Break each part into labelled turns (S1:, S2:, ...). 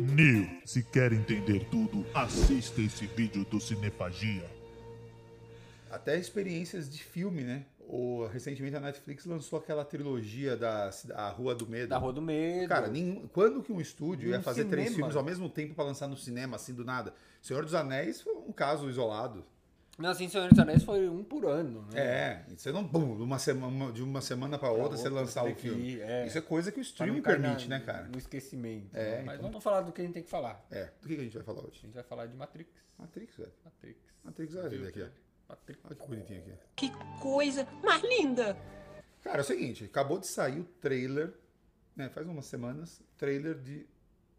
S1: New, se quer entender tudo, assista esse vídeo do Cinefagia.
S2: Até experiências de filme, né? O, recentemente a Netflix lançou aquela trilogia da Cida- a Rua do Medo.
S3: Da Rua do Medo.
S2: Cara, nenhum- quando que um estúdio ia
S3: No
S2: fazer três
S3: cinema.
S2: filmes ao mesmo tempo pra lançar no cinema, assim, do nada? Senhor dos Anéis foi um caso isolado.
S3: Não, assim, Senhor dos Anéis foi um por ano,
S2: É,
S3: né?
S2: você não, bum, de uma semana, de uma semana pra outra, você
S3: outra,
S2: lançar o
S3: você tem
S2: filme.
S3: que ir, é.
S2: Isso é coisa que o
S3: Pra
S2: streaming
S3: não cair
S2: permite,
S3: na-
S2: né, cara?
S3: No esquecimento.
S2: É,
S3: né? Mas
S2: então.
S3: vamos falar do que a gente tem que falar.
S2: É, do que que a gente vai falar hoje?
S3: A gente vai falar de Matrix.
S2: Matrix, velho.
S3: Matrix.
S2: Matrix, olha ele aqui, ó.
S3: Matrix.
S2: Olha que bonitinho aqui.
S4: Que coisa mais linda!
S2: Cara, é o seguinte, acabou de sair o trailer, né, faz umas semanas, trailer de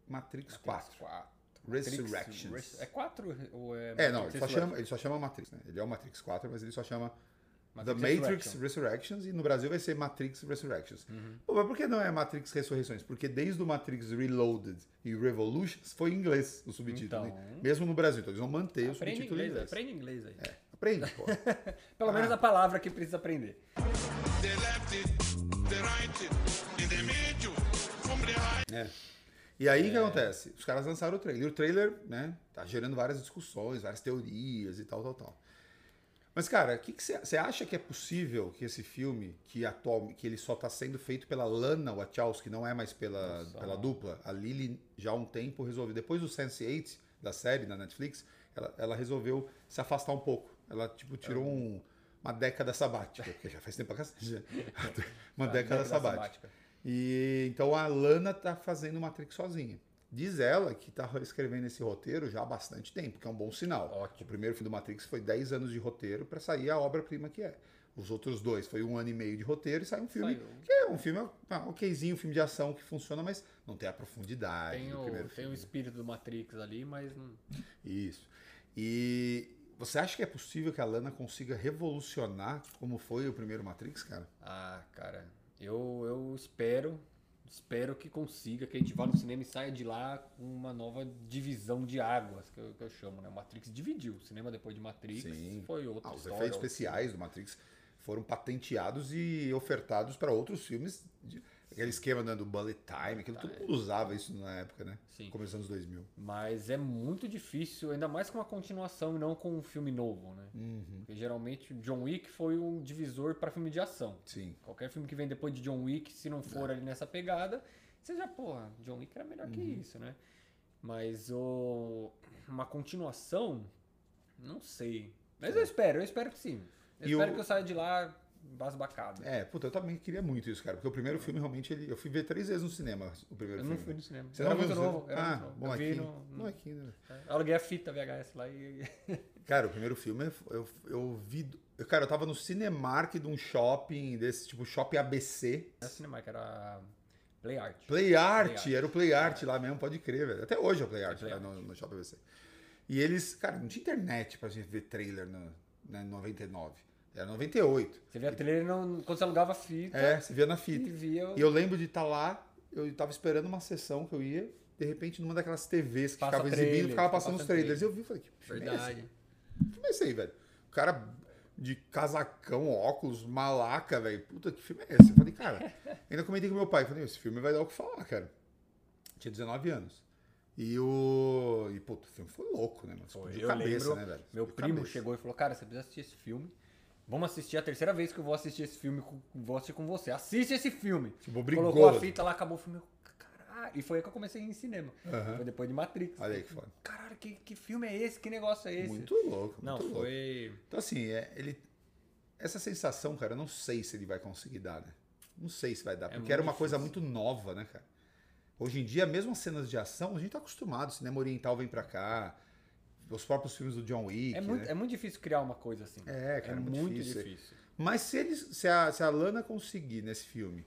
S2: Matrix 4. Resurrections.
S3: Matrix, É quatro ou é...
S2: É, não, ele
S3: Matrix
S2: só,
S3: Resurrections?
S2: chama, ele só chama Matrix, né? Ele é o Matrix 4, mas ele só chama
S3: Matrix
S2: The Matrix
S3: Resurrection.
S2: Resurrections e no Brasil vai ser Matrix Resurrections.
S3: Uhum.
S2: Pô, mas por que não é Matrix Ressurreições? Porque desde o Matrix Reloaded e Revolutions foi em inglês o subtítulo,
S3: Então.
S2: né? mesmo no Brasil. Então eles vão manter o
S3: Aprende
S2: subtítulo
S3: inglês,
S2: em inglês. É.
S3: aprende inglês aí.
S2: Aprende, pô.
S3: Pelo menos a palavra que precisa aprender.
S5: They left it, they right it, and they made you from behind.
S2: E aí o que acontece? Os caras lançaram o trailer. E o trailer, né, tá gerando várias discussões, várias teorias e tal, tal, tal. Mas, cara, o que você acha que é possível que esse filme, que atual, que ele só tá sendo feito pela Lana Wachowski, não é mais pela, pela dupla, a Lily já há um tempo resolveu. Depois do Sense8, da série da Netflix, ela, ela resolveu se afastar um pouco. Ela, tipo, tirou um- uma década sabática, porque já faz tempo pra cacete. né? uma
S3: Tá?
S2: década sabática. E então a Lana tá fazendo Matrix sozinha. Diz ela que tá escrevendo esse roteiro já há bastante tempo, que é um bom sinal.
S3: Ótimo.
S2: O primeiro filme do Matrix foi 10 anos de roteiro pra sair a obra-prima que é. Os outros dois foi um ano e meio de roteiro e sai um filme.
S3: Saiu.
S2: Que é um filme ah, okzinho, um filme de ação que funciona, mas não tem a profundidade
S3: Tem
S2: do
S3: o,
S2: primeiro
S3: tem o
S2: filme.
S3: espírito do Matrix ali, mas não...
S2: Isso. E você acha que é possível que a Lana consiga revolucionar como foi o primeiro Matrix, cara?
S3: Ah, cara, eu, eu espero, espero que consiga, que a gente vá no cinema e saia de lá com uma nova divisão de águas, que eu, que eu chamo, né? O Matrix dividiu. O cinema depois de Matrix
S2: Sim.
S3: foi outra
S2: Ah, os
S3: história.
S2: efeitos
S3: outra-
S2: especiais do Matrix foram patenteados e ofertados para outros filmes. de- aquele esquema né, do bullet time, aquilo todo mundo usava isso na época, né?
S3: Sim.
S2: Começo dos anos 2000.
S3: Mas é muito difícil, ainda mais com uma continuação e não com um filme novo, né? Porque geralmente John Wick foi um divisor para filme de ação.
S2: Sim.
S3: Qualquer filme que vem depois de John Wick, se não for ali nessa pegada, você já, porra, John Wick era melhor que
S2: Uhum.
S3: isso, né? Mas o uma continuação, não sei. Mas eu espero, eu espero que sim. Eu
S2: E
S3: espero
S2: o-
S3: que eu saia de lá basbacado.
S2: É, puta, eu também queria muito isso, cara. Porque o primeiro filme, realmente, ele, eu fui ver três vezes no cinema, o primeiro
S3: É. Eu
S2: filme.
S3: não fui no cinema.
S2: Você
S3: era
S2: não viu
S3: muito
S2: no
S3: novo.
S2: cinema?
S3: Era
S2: ah,
S3: muito novo. Eu vi
S2: molequinho.
S3: no, no-
S2: Molequinho, né?
S3: Eu aluguei a fita VHS lá e.
S2: Cara, o primeiro filme eu, eu vi. eu- Cara, eu tava no Cinemark de um shopping, desse tipo shopping ABC.
S3: Não era cinema, que era Play Art.
S2: Play Art,
S3: Play Art.
S2: era o Play Art lá mesmo, pode crer, velho. Até hoje é o Play Art,
S3: Play
S2: lá No, no Shopping ABC. E eles, cara, não tinha internet pra gente ver trailer no, né, na 99. Era 98.
S3: Você via trailer não, quando você alugava a fita
S2: É, você via na
S3: e
S2: fita.
S3: via.
S2: E eu lembro de estar lá, eu tava esperando uma sessão que eu ia, de repente numa daquelas TVs que
S3: Passa
S2: ficava
S3: trailer,
S2: exibindo, ficava
S3: fica
S2: passando os
S3: passando
S2: trailers. E eu vi e falei, que filme é esse?
S3: Verdade.
S2: Que filme é esse aí, velho? O cara de casacão, óculos, malaca, velho. Puta, que filme é esse? Eu falei, cara, ainda comentei com meu pai. Falei, esse filme vai dar o que falar, cara. Tinha 19 anos. E o. E, puta, o filme foi louco, né, mano?
S3: Foi,
S2: Explodiu
S3: eu
S2: cabeça,
S3: lembro,
S2: né, velho?
S3: meu
S2: Explodiu
S3: primo
S2: cabeça.
S3: chegou e falou, cara, você precisa assistir esse filme. Vamos assistir a terceira vez que eu vou assistir esse filme, com, vou assistir com você. Assiste esse filme.
S2: Tipo, obrigou.
S3: Colocou a fita lá, acabou o filme. eu, Caralho. E foi aí que eu comecei a ir em cinema.
S2: Aham.
S3: Foi depois de Matrix.
S2: Olha aí que foda.
S3: Caralho, que, que filme é esse? Que negócio é esse?
S2: Muito louco, muito
S3: Não,
S2: louco.
S3: foi...
S2: Então, assim, é, ele. Essa sensação, cara, eu não sei se ele vai conseguir dar, né? Não sei se vai dar, porque
S3: É muito
S2: era uma coisa muito nova, né, cara? Hoje em dia, mesmo as cenas de ação, a gente tá acostumado. O cinema oriental vem pra cá, os próprios filmes do John Wick.
S3: É muito,
S2: né?
S3: é muito difícil criar uma coisa assim.
S2: É, cara,
S3: é
S2: muito
S3: muito
S2: difícil.
S3: difícil.
S2: Mas se, eles, se, a, se a Lana conseguir nesse filme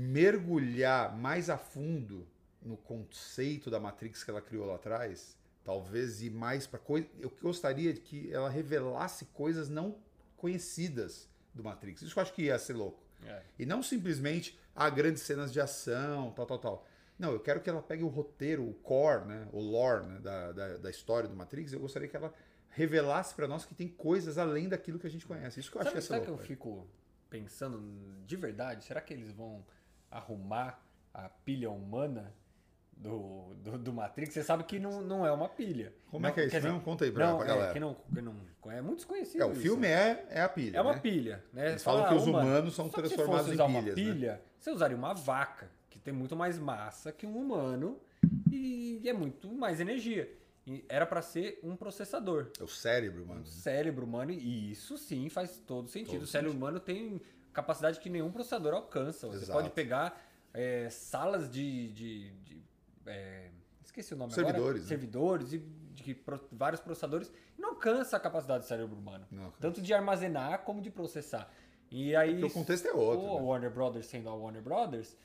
S2: mergulhar mais a fundo no conceito da Matrix que ela criou lá atrás, talvez ir mais para coisa. Eu gostaria de que ela revelasse coisas não conhecidas do Matrix. Isso que eu acho que ia ser louco.
S3: É.
S2: E não simplesmente ah, grandes cenas de ação, tal, tal, tal. Não, eu quero que ela pegue o roteiro, o core, né? O lore né? da, da, da história do Matrix. Eu gostaria que ela revelasse pra nós que tem coisas além daquilo que a gente conhece. Isso que eu achei
S3: Sabe,
S2: essa
S3: sabe que é eu
S2: louco. velho.
S3: fico pensando de verdade? Será que eles vão arrumar a pilha humana do, do, do Matrix, você sabe que não, não é uma pilha.
S2: Como
S3: Não,
S2: é que é isso
S3: quer dizer,
S2: mesmo? Conta aí pra,
S3: Não,
S2: pra
S3: é,
S2: galera.
S3: que não, que não, é muito desconhecido.
S2: É, o
S3: isso.
S2: filme é, é a pilha.
S3: É uma
S2: né?
S3: pilha, né?
S2: Eles
S3: Você
S2: falam
S3: fala,
S2: que os
S3: "Ah, uma-
S2: humanos são
S3: só que se
S2: transformados
S3: fosse
S2: em
S3: usar uma
S2: pilhas, né?"
S3: pilha, você usaria uma vaca, que tem muito mais massa que um humano e é muito mais energia. E era pra ser um processador.
S2: É o cérebro, mano.
S3: Um cérebro humano, e isso sim faz todo sentido.
S2: Todo
S3: o cérebro humano tem capacidade que nenhum processador alcança. Você
S2: Exato.
S3: pode pegar é, salas de. de- de, é, esqueci o nome
S2: Servidores,
S3: agora.
S2: né?
S3: Servidores. e de que pro- vários processadores. e Não alcança a capacidade do cérebro humano.
S2: Não, cara.
S3: Tanto de armazenar como de processar. E aí.
S2: Porque o contexto é outro.
S3: o
S2: né?
S3: Warner Brothers sendo a Warner Brothers.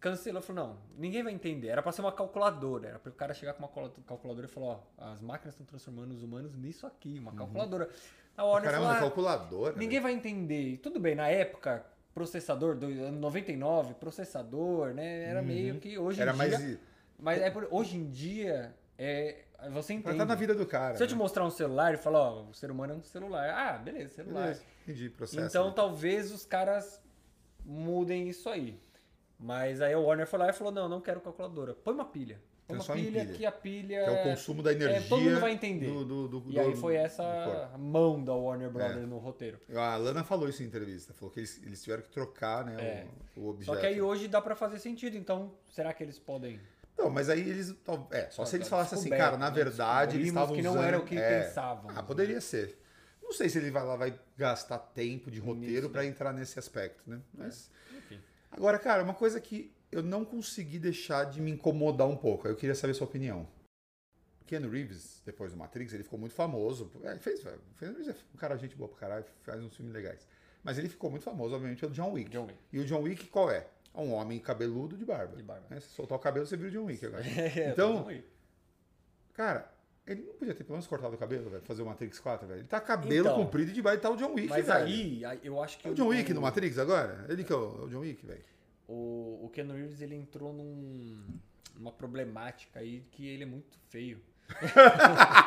S3: Cancelou, falou, não, ninguém vai entender. Era pra ser uma calculadora. Era pra o cara chegar com uma calcula- calculadora e falar, ó, as máquinas estão transformando os humanos nisso aqui,
S2: Uhum.
S3: uma calculadora. A Warner
S2: Caramba, uma
S3: falou, "Ah,
S2: calculadora. né?
S3: Ninguém vai entender. E Tudo bem, na época, processador do ano 99, processador, né? Era meio que hoje
S2: Uhum. Era
S3: em
S2: mais.
S3: dia. Mas é por- hoje em dia, é, você
S2: Pra
S3: entende.
S2: tá na vida do cara.
S3: Se eu te
S2: né?
S3: mostrar um celular e falar, ó, o ser humano é um celular. Ah, beleza, celular.
S2: Beleza, Entendi, processo.
S3: Então
S2: né?
S3: talvez os caras mudem isso aí. Mas aí o Warner foi lá e falou: não, não quero calculadora. Põe uma pilha. Põe uma
S2: Transforma Então em
S3: pilha,
S2: pilha.
S3: que a pilha.
S2: Que é o consumo da
S3: é,
S2: energia.
S3: todo mundo vai entender.
S2: Do, do, do,
S3: E
S2: do-
S3: aí foi
S2: do corpo. É.
S3: essa mão da Warner Brothers no roteiro.
S2: A Lana falou isso em entrevista. Falou que eles, eles tiveram que trocar né,
S3: É.
S2: o, o objeto.
S3: Só que aí hoje dá pra fazer sentido, então será que eles podem.
S2: Não, Então, mas aí eles. tal- É, só se eles falassem assim,
S3: Descoberto,
S2: cara, na
S3: né?
S2: verdade eles estavam
S3: Descobrimos que não
S2: usando-
S3: era o que
S2: é.
S3: pensavam.
S2: Ah, poderia ser. Não sei se ele vai lá vai gastar tempo de roteiro
S3: né? É,
S2: pra entrar nesse aspecto, né? Mas
S3: Enfim.
S2: agora, cara, uma coisa que eu não consegui deixar de me incomodar um pouco. Eu queria saber sua opinião. Keanu Reeves, depois do Matrix, ele ficou muito famoso. É, fez, fez é um cara gente boa pra caralho, faz uns filmes legais. Mas ele ficou muito famoso, obviamente, pelo John Wick.
S3: John Wick.
S2: E o John Wick qual é? É um homem cabeludo de barba.
S3: De barba.
S2: Né? Se soltar o cabelo, você vira o John Wick agora.
S3: É,
S2: Então,
S3: vamos aí.
S2: Cara, ele não podia ter pelo menos cortado o cabelo, velho, fazer o Matrix 4, velho. Ele tá cabelo
S3: Então.
S2: comprido e debaixo tá o John Wick,
S3: mas
S2: velho.
S3: aí aí eu acho que.
S2: É o John Wick no Matrix agora? Ele que é o, é o John Wick, velho.
S3: O, o Ken Reeves ele entrou num, numa problemática aí que ele é muito feio.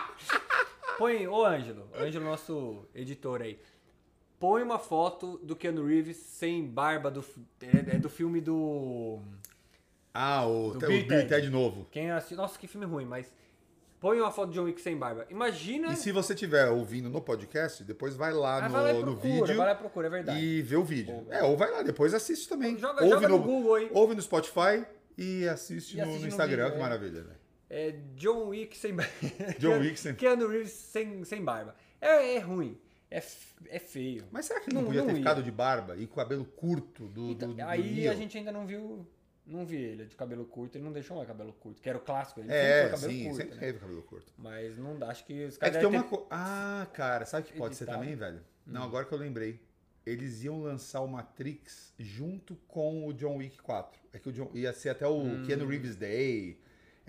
S3: Põe, ô Ângelo, Ângelo, é nosso editor aí. Põe uma foto do Keanu Reeves sem barba do. f- É, é do filme do.
S2: Ah, o,
S3: Do
S2: Ted-
S3: Bill
S2: o
S3: e
S2: Bill e
S3: Ted.
S2: Ted novo.
S3: Quem assistiu. Nossa, que filme ruim, mas. Põe uma foto de John Wick sem barba. Imagina.
S2: E se você tiver ouvindo no podcast, depois vai lá no,
S3: Ah, vai lá e
S2: no
S3: procura,
S2: vídeo
S3: vai lá e procura, é verdade.
S2: e vê o vídeo. É, ou vai lá, depois assiste também.
S3: Joga,
S2: ouve,
S3: joga no,
S2: no,
S3: Google aí.
S2: ouve no Spotify e assiste,
S3: E
S2: no-
S3: assiste
S2: no,
S3: no
S2: Instagram,
S3: vídeo,
S2: que
S3: é.
S2: maravilha, velho.
S3: É John Wick sem barba.
S2: John Wick sem-
S3: Keanu Reeves sem, sem barba. É, é ruim. É, f- é feio.
S2: Mas será que ele não,
S3: Não-
S2: podia
S3: não
S2: ter
S3: ia.
S2: ficado de barba e com o cabelo curto do,
S3: Então,
S2: do, do
S3: aí
S2: Neo?
S3: a gente ainda não viu. Não vi ele de cabelo curto, ele não deixou mais cabelo curto, que era o clássico, ele
S2: É,
S3: sempre foi cabelo
S2: sim,
S3: curto.
S2: sempre
S3: né?
S2: teve cabelo curto.
S3: Mas não dá, acho que os
S2: É
S3: caras
S2: que tem
S3: devem
S2: uma
S3: ter-
S2: coisa. Ah, cara, sabe o que pode ser
S3: editado.
S2: também, velho?
S3: Hum.
S2: Não, agora que eu lembrei. Eles iam lançar o Matrix junto com o John Wick 4. É que o John... ia ser até o
S3: Hum.
S2: Keanu Reeves Day.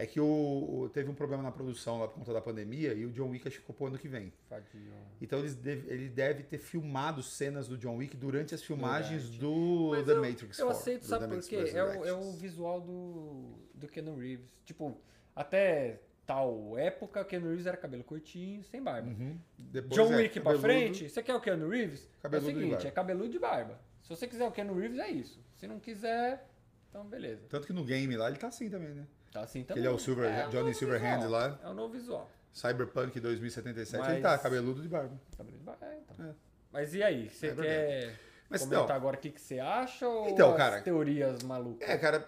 S2: É que o... o- teve um problema na produção lá por conta da pandemia e o John Wick acho que ficou pro ano que vem.
S3: Fadio.
S2: Então eles deve- ele deve ter filmado cenas do John Wick durante as filmagens
S3: Durante.
S2: do
S3: Mas
S2: The
S3: eu,
S2: Matrix
S3: eu
S2: 4.
S3: aceito,
S2: do
S3: sabe
S2: The
S3: por
S2: Matrix
S3: quê? É o, é o
S2: Resurrections.
S3: visual do, do Keanu Reeves. Tipo, até tal época, Keanu Reeves era cabelo curtinho, sem barba.
S2: Uhum. Depois
S3: John
S2: é
S3: Wick pra
S2: cabeludo.
S3: frente, você quer o Keanu Reeves?
S2: Cabeludo
S3: é
S2: de
S3: o seguinte,
S2: barba.
S3: é cabeludo de barba. Se você quiser o Keanu Reeves, é isso. Se não quiser, então beleza.
S2: Tanto que no game lá ele tá assim também, né?
S3: Tá assim
S2: Que
S3: também.
S2: ele é o Silver, Johnny
S3: novo
S2: Silverhand
S3: visual.
S2: lá.
S3: É o novo visual.
S2: Cyberpunk 2077, ele
S3: Mas-
S2: tá cabeludo de barba.
S3: Cabelo de barba, é, então.
S2: É.
S3: Mas e aí? Você
S2: É verdade.
S3: quer
S2: Mas
S3: comentar
S2: não.
S3: agora o que, que você acha ou
S2: Então,
S3: as
S2: cara-
S3: teorias malucas?
S2: É, cara,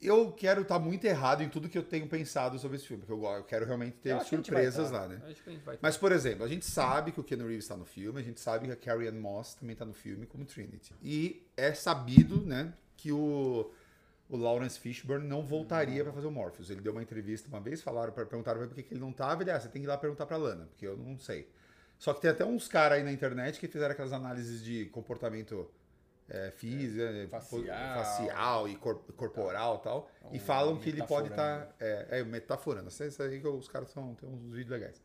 S2: eu quero estar muito errado em tudo que eu tenho pensado sobre esse filme, porque eu, go- eu quero realmente ter
S3: Eu acho que a gente vai
S2: surpresas
S3: tá.
S2: lá, né?
S3: Acho que a gente vai tá.
S2: Mas, por exemplo, a gente sabe que o Keanu Reeves está no filme, a gente sabe que a Carrie Ann Moss também está no filme como Trinity. E é sabido, né, que o, o Lawrence Fishburne não voltaria para fazer o Morpheus. Ele deu uma entrevista uma vez, falaram pra, perguntaram pra ele por que que ele não tava, ele, ah, você tem que ir lá perguntar pra Lana, porque eu não sei. Só que tem até uns caras aí na internet que fizeram aquelas análises de comportamento é, físico, é,
S3: facial.
S2: po- facial e cor- corporal e tal.
S3: Um
S2: e falam que ele pode estar.
S3: metaforando.
S2: é, é, metaforando. Isso isso aí que os caras são, tem uns vídeos legais.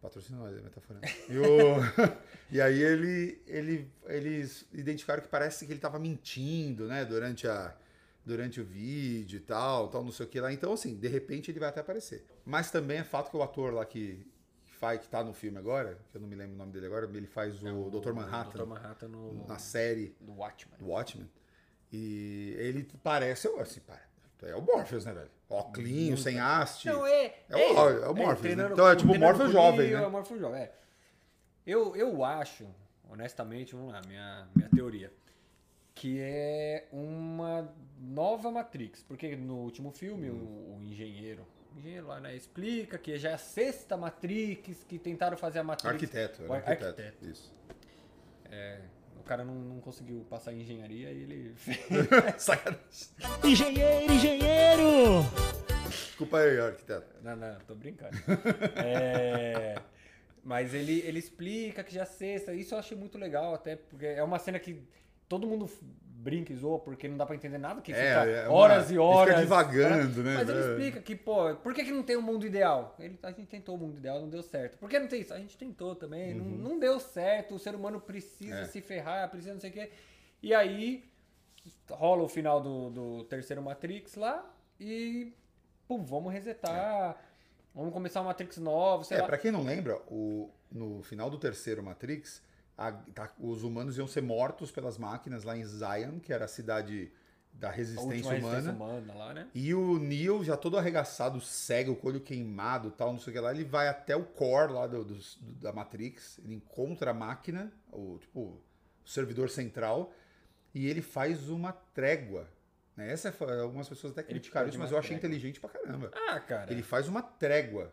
S2: Patrocina nós, é metaforando. E, o- e aí ele, ele, eles identificaram que parece que ele tava mentindo, né? Durante, a, durante o vídeo e tal, tal, não sei o que lá. Então, assim, de repente ele vai até aparecer. Mas também é fato que o ator lá que, que faz, que tá no filme agora, que eu não me lembro o nome dele agora, ele faz É o, Dr. Manhattan
S3: Dr. Manhattan no,
S2: na série
S3: do Watchmen.
S2: do Watchmen. E ele parece, eu assim, para, É o Morpheus, né, velho? Óculinho, sem haste.
S3: Não, é.
S2: É o- é o Morpheus, né? Então é tipo o
S3: treinando
S2: Morpheus
S3: com o
S2: jovem,
S3: Neo,
S2: né?
S3: É o Morpheus jovem, é. Eu, eu acho, honestamente, vamos lá, minha, minha teoria. Que é uma nova Matrix. Porque no último
S2: Hum.
S3: filme, o, o engenheiro. o engenheiro lá, né? Explica que já é a sexta Matrix que tentaram fazer a Matrix.
S2: Arquiteto,
S3: O
S2: era
S3: ar-
S2: arquiteto.
S3: arquiteto.
S2: Isso.
S3: O cara não, não conseguiu passar em engenharia e ele. É
S2: Sacanagem.
S6: Engenheiro, engenheiro!
S2: Desculpa aí, arquiteto.
S3: Não, não, tô brincando. É, mas ele, ele explica que já é sexta. Isso eu achei muito legal, até porque é uma cena que todo mundo f- brinca e zoa, porque não dá pra entender nada, que
S2: É,
S3: fica
S2: é uma-
S3: horas e
S2: ele
S3: horas.
S2: fica divagando, né?
S3: Mas ele
S2: É.
S3: explica que, pô, por que, que não tem o mundo ideal? Ele, a gente tentou o mundo ideal, não deu certo. Por que não tem isso? A gente tentou também, não- não, deu certo. O ser humano precisa
S2: Uhum. É.
S3: se ferrar, precisa não sei o quê. E aí rola o final do, do terceiro Matrix lá e pum, vamos resetar. Vamos começar uma Matrix nova, sei
S2: É,
S3: lá.
S2: pra quem não lembra, o, no final do terceiro Matrix, a- tá- os humanos iam ser mortos pelas máquinas lá em Zion, que era a cidade da
S3: A
S2: resistência
S3: última resistência
S2: humana.
S3: humana lá, né?
S2: E o Neo, já todo arregaçado, cego, com o olho queimado tal, não sei o que lá, ele vai até o core lá do, dos- do- da Matrix, ele encontra a máquina, o tipo, o servidor central, e ele faz uma trégua. Né? Essa foi- algumas pessoas até criticaram
S3: pede
S2: isso,
S3: uma
S2: mas eu achei
S3: trégua.
S2: inteligente pra caramba.
S3: Ah, cara.
S2: Ele faz uma trégua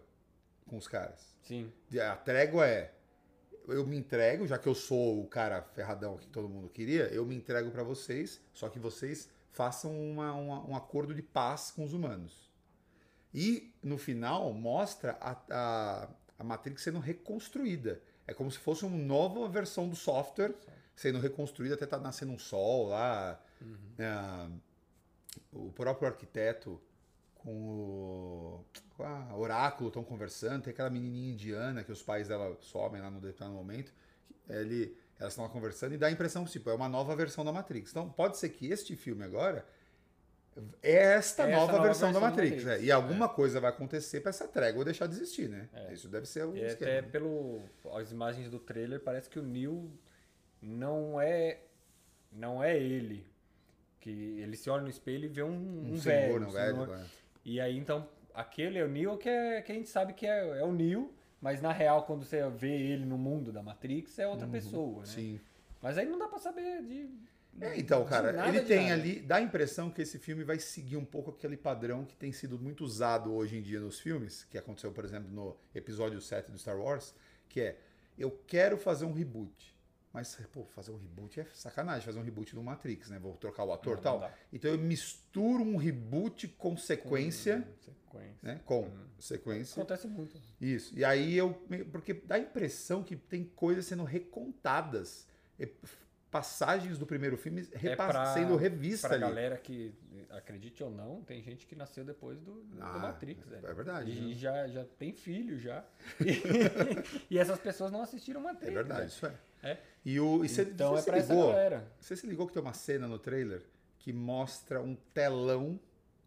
S2: com os caras.
S3: Sim.
S2: E A trégua é. Eu me entrego, já que eu sou o cara ferradão que todo mundo queria, eu me entrego pra vocês, só que vocês façam uma- uma- um acordo de paz com os humanos. E, no final, mostra a, a, a Matrix sendo reconstruída. É como se fosse uma nova versão do software sendo reconstruída, até tá nascendo um sol lá.
S3: Uhum.
S2: Ah, o próprio arquiteto com o com a Oráculo estão conversando, tem aquela menininha indiana que os pais dela somem lá no determinado momento. Ele, elas estão lá conversando e dá a impressão que tipo, é uma nova versão da Matrix. Então pode ser que este filme agora é esta
S3: É essa
S2: nova,
S3: nova
S2: versão, da
S3: versão da
S2: Matrix.
S3: Matrix,
S2: é. e alguma coisa vai acontecer para essa trégua deixar de existir, né?
S3: É.
S2: Isso é deve ser o
S3: E
S2: esquema.
S3: até pelo as imagens do trailer parece que o Neil não é não é ele. Que ele se olha no espelho e vê um, um,
S2: Um,
S3: velho.
S2: senhor, um velho.
S3: senhor.
S2: né?
S3: E aí então aquele é o Neil que, é, que a gente sabe que é, é o Neil, mas na real quando você vê ele no mundo da Matrix é outra pessoa, né?
S2: Uhum. Sim.
S3: Mas aí não dá pra saber de
S2: É, então,
S3: de
S2: cara,
S3: nada
S2: ele
S3: de
S2: tem
S3: nada.
S2: ali, dá a impressão que esse filme vai seguir um pouco aquele padrão que tem sido muito usado hoje em dia nos filmes, que aconteceu, por exemplo, no episódio 7 do Star Wars, que é, eu quero fazer um reboot. Mas, pô, fazer um reboot é sacanagem, fazer um reboot no Matrix, né? Vou trocar o ator e
S3: Não,
S2: tal.
S3: não dá.
S2: Então eu misturo um reboot com sequência,
S3: Uhum. sequência.
S2: né? Com
S3: Uhum.
S2: sequência.
S3: Acontece muito.
S2: Isso. E aí eu. me- Porque dá a impressão que tem coisas sendo recontadas. e- Passagens do primeiro filme repass-
S3: É pra-
S2: sendo revista
S3: Pra
S2: ali.
S3: galera que, acredite ou não, tem gente que nasceu depois do, do
S2: Ah,
S3: Matrix, velho.
S2: é verdade,
S3: E
S2: né?
S3: já, já tem filho já. E, e essas pessoas não assistiram
S2: É
S3: Matrix.
S2: verdade,
S3: velho.
S2: isso é.
S3: É.
S2: E, o, e cê-
S3: Então
S2: cê
S3: é
S2: se
S3: pra essa
S2: ligou,
S3: galera.
S2: Você se ligou que tem uma cena no trailer que mostra um telão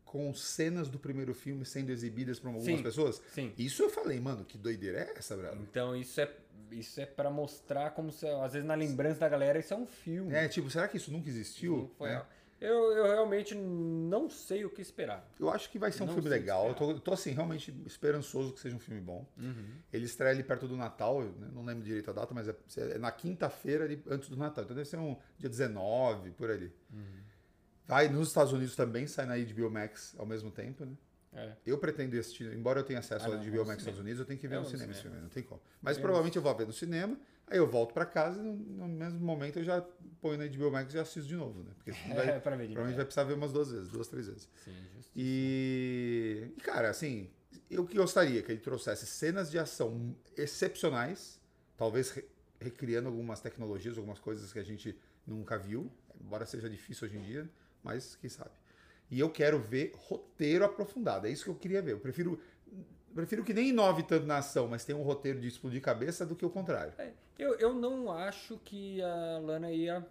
S2: com cenas do primeiro filme sendo exibidas por algumas
S3: Sim.
S2: pessoas?
S3: Sim.
S2: Isso eu falei, mano, que doideira é essa, brother?
S3: Então isso é, isso é pra mostrar como, se, às vezes, na lembrança da galera, isso é um filme.
S2: É, tipo, será que isso nunca
S3: Não
S2: existiu?
S3: foi
S2: É.
S3: real. eu, eu realmente não sei o que esperar.
S2: Eu acho que vai ser um
S3: Não
S2: filme
S3: sei é.
S2: legal. Eu tô, eu tô, assim, realmente esperançoso que seja um filme bom. Ele estreia ali perto do Natal, eu, né, não lembro direito a data, mas é, é na quinta-feira ali, antes do Natal. Então deve ser um dia 19, por ali.
S3: Uhum.
S2: Vai nos Estados Unidos também, sai na HBO Max ao mesmo tempo, né?
S3: É.
S2: Eu pretendo assistir, embora eu tenha acesso
S3: Ah,
S2: ao
S3: não,
S2: HBO
S3: no
S2: Max nos Estados Unidos, eu tenho que ver
S3: É
S2: no
S3: no
S2: cinema esse
S3: cinema.
S2: filme, não tem como. Mas provavelmente eu vou ver no cinema, aí eu volto pra casa e no, no mesmo momento eu já ponho na HBO Max e já assisto de novo, né? Porque senão vai,
S3: É, pra ver de
S2: provavelmente
S3: novo.
S2: vai precisar ver umas duas vezes, duas, três vezes.
S3: Sim, justo.
S2: E, e, cara, assim, eu que gostaria que ele trouxesse cenas de ação excepcionais, talvez re- recriando algumas tecnologias, algumas coisas que a gente nunca viu, embora seja difícil hoje em dia, mas quem sabe. E eu quero ver roteiro aprofundado, é isso que eu queria ver. Eu prefiro, prefiro que nem inove tanto na ação, mas tenha um roteiro de explodir cabeça do que o contrário.
S3: É, Eu, eu não acho que a Lana ia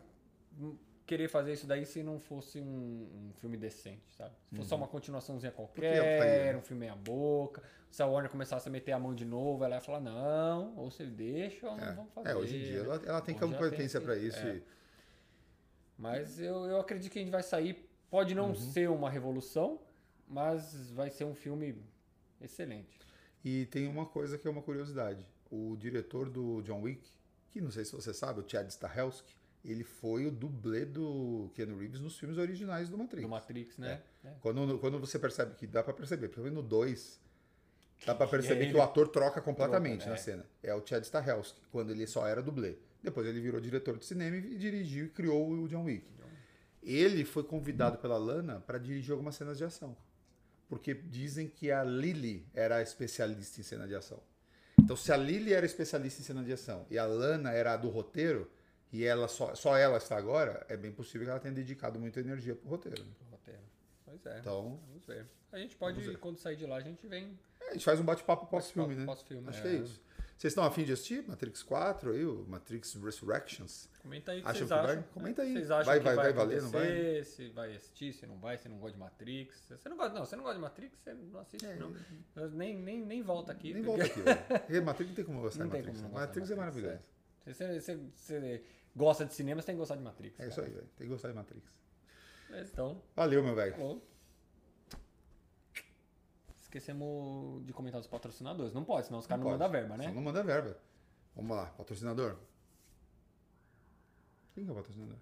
S3: hum, querer fazer isso daí se não fosse um, um filme decente, sabe? Se fosse só
S2: Uhum.
S3: uma continuaçãozinha
S2: ela faria,
S3: qualquer,
S2: né?
S3: um filme meia boca, se a Warner começasse a meter a mão de novo, ela ia falar, não, ou você deixa, ou não então vamos fazer. né?
S2: É, hoje em dia ela, ela tem
S3: Bom, já
S2: competência
S3: tem
S2: para
S3: que-
S2: isso.
S3: é.
S2: e- Uhum.
S3: Mas eu, eu acredito que a gente vai sair. Pode não ser uma revolução, Mas vai ser um filme excelente.
S2: E tem uma coisa que é uma curiosidade. O diretor do John Wick, que não sei se você sabe, o Chad Stahelski, ele foi o dublê do Keanu Reeves nos filmes originais do Matrix.
S3: Do Matrix, né? É.
S2: Quando, quando você percebe que dá pra perceber, principalmente no 2, dá pra perceber que
S3: ele-
S2: o ator troca completamente
S3: Troca,
S2: na
S3: é.
S2: cena. É o Chad Stahelski, quando ele só era dublê. Depois ele virou diretor de cinema e dirigiu e criou o John Wick. Ele foi convidado pela Lana pra dirigir algumas cenas de ação. Porque dizem que a Lily era especialista em cena de ação. Então, se a Lily era especialista em cena de ação e a Lana era a do roteiro, e ela só, só ela está agora, é bem possível que ela tenha dedicado muita energia pro roteiro. né?
S3: Pro roteiro. Pois é.
S2: Então,
S3: Vamos ver. A gente pode, quando sair de lá, a gente vem.
S2: é, a gente faz um bate-papo pós-filme, né?
S3: Pós-filme,
S2: Acho
S3: é.
S2: que é isso. Vocês estão afim de assistir Matrix 4 aí, o Matrix Resurrections?
S3: Comenta aí o que
S2: Acha
S3: vocês
S2: que vai?
S3: acham. né?
S2: Comenta aí.
S3: Vocês acham
S2: Vai-
S3: que
S2: vai-
S3: vai,
S2: vai valer, não vai?
S3: acontecer, Se vai assistir, se não vai, se não gosta de Matrix. Se Você não gosta, não, você não gosta de Matrix, você não assiste, não. Nem, nem, nem volta aqui.
S2: É, Nem
S3: porque-
S2: volta aqui, velho. Porque Matrix não tem como gostar
S3: Não
S2: de
S3: tem
S2: Matrix.
S3: como não
S2: né?
S3: gostar
S2: Matrix
S3: de
S2: é
S3: Matrix,
S2: maravilhoso.
S3: Se você, você- você gosta de cinema, você tem que gostar de Matrix.
S2: É, isso aí, velho. Tem que gostar de Matrix.
S3: aí. Então,
S2: Valeu, meu velho.
S3: falou. Esquecemos de comentar os patrocinadores. Não pode, senão os caras não,
S2: Pode.
S3: mandam verba, né?
S2: Só não manda verba. Vamos lá, patrocinador. Quem que é o patrocinador?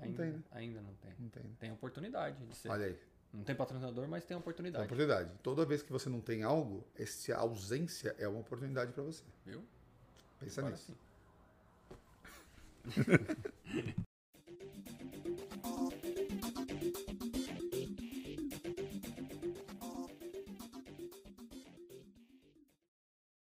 S3: Ainda
S2: tem, né?
S3: Ainda não tem.
S2: Não tem, né?
S3: Tem oportunidade de ser.
S2: Olha aí,
S3: Não tem patrocinador, mas tem
S2: é uma
S3: oportunidade.
S2: oportunidade. Toda vez que você não tem algo, essa ausência é uma oportunidade pra você.
S3: Viu?
S2: Pensa
S3: Agora
S2: nisso.
S3: sim.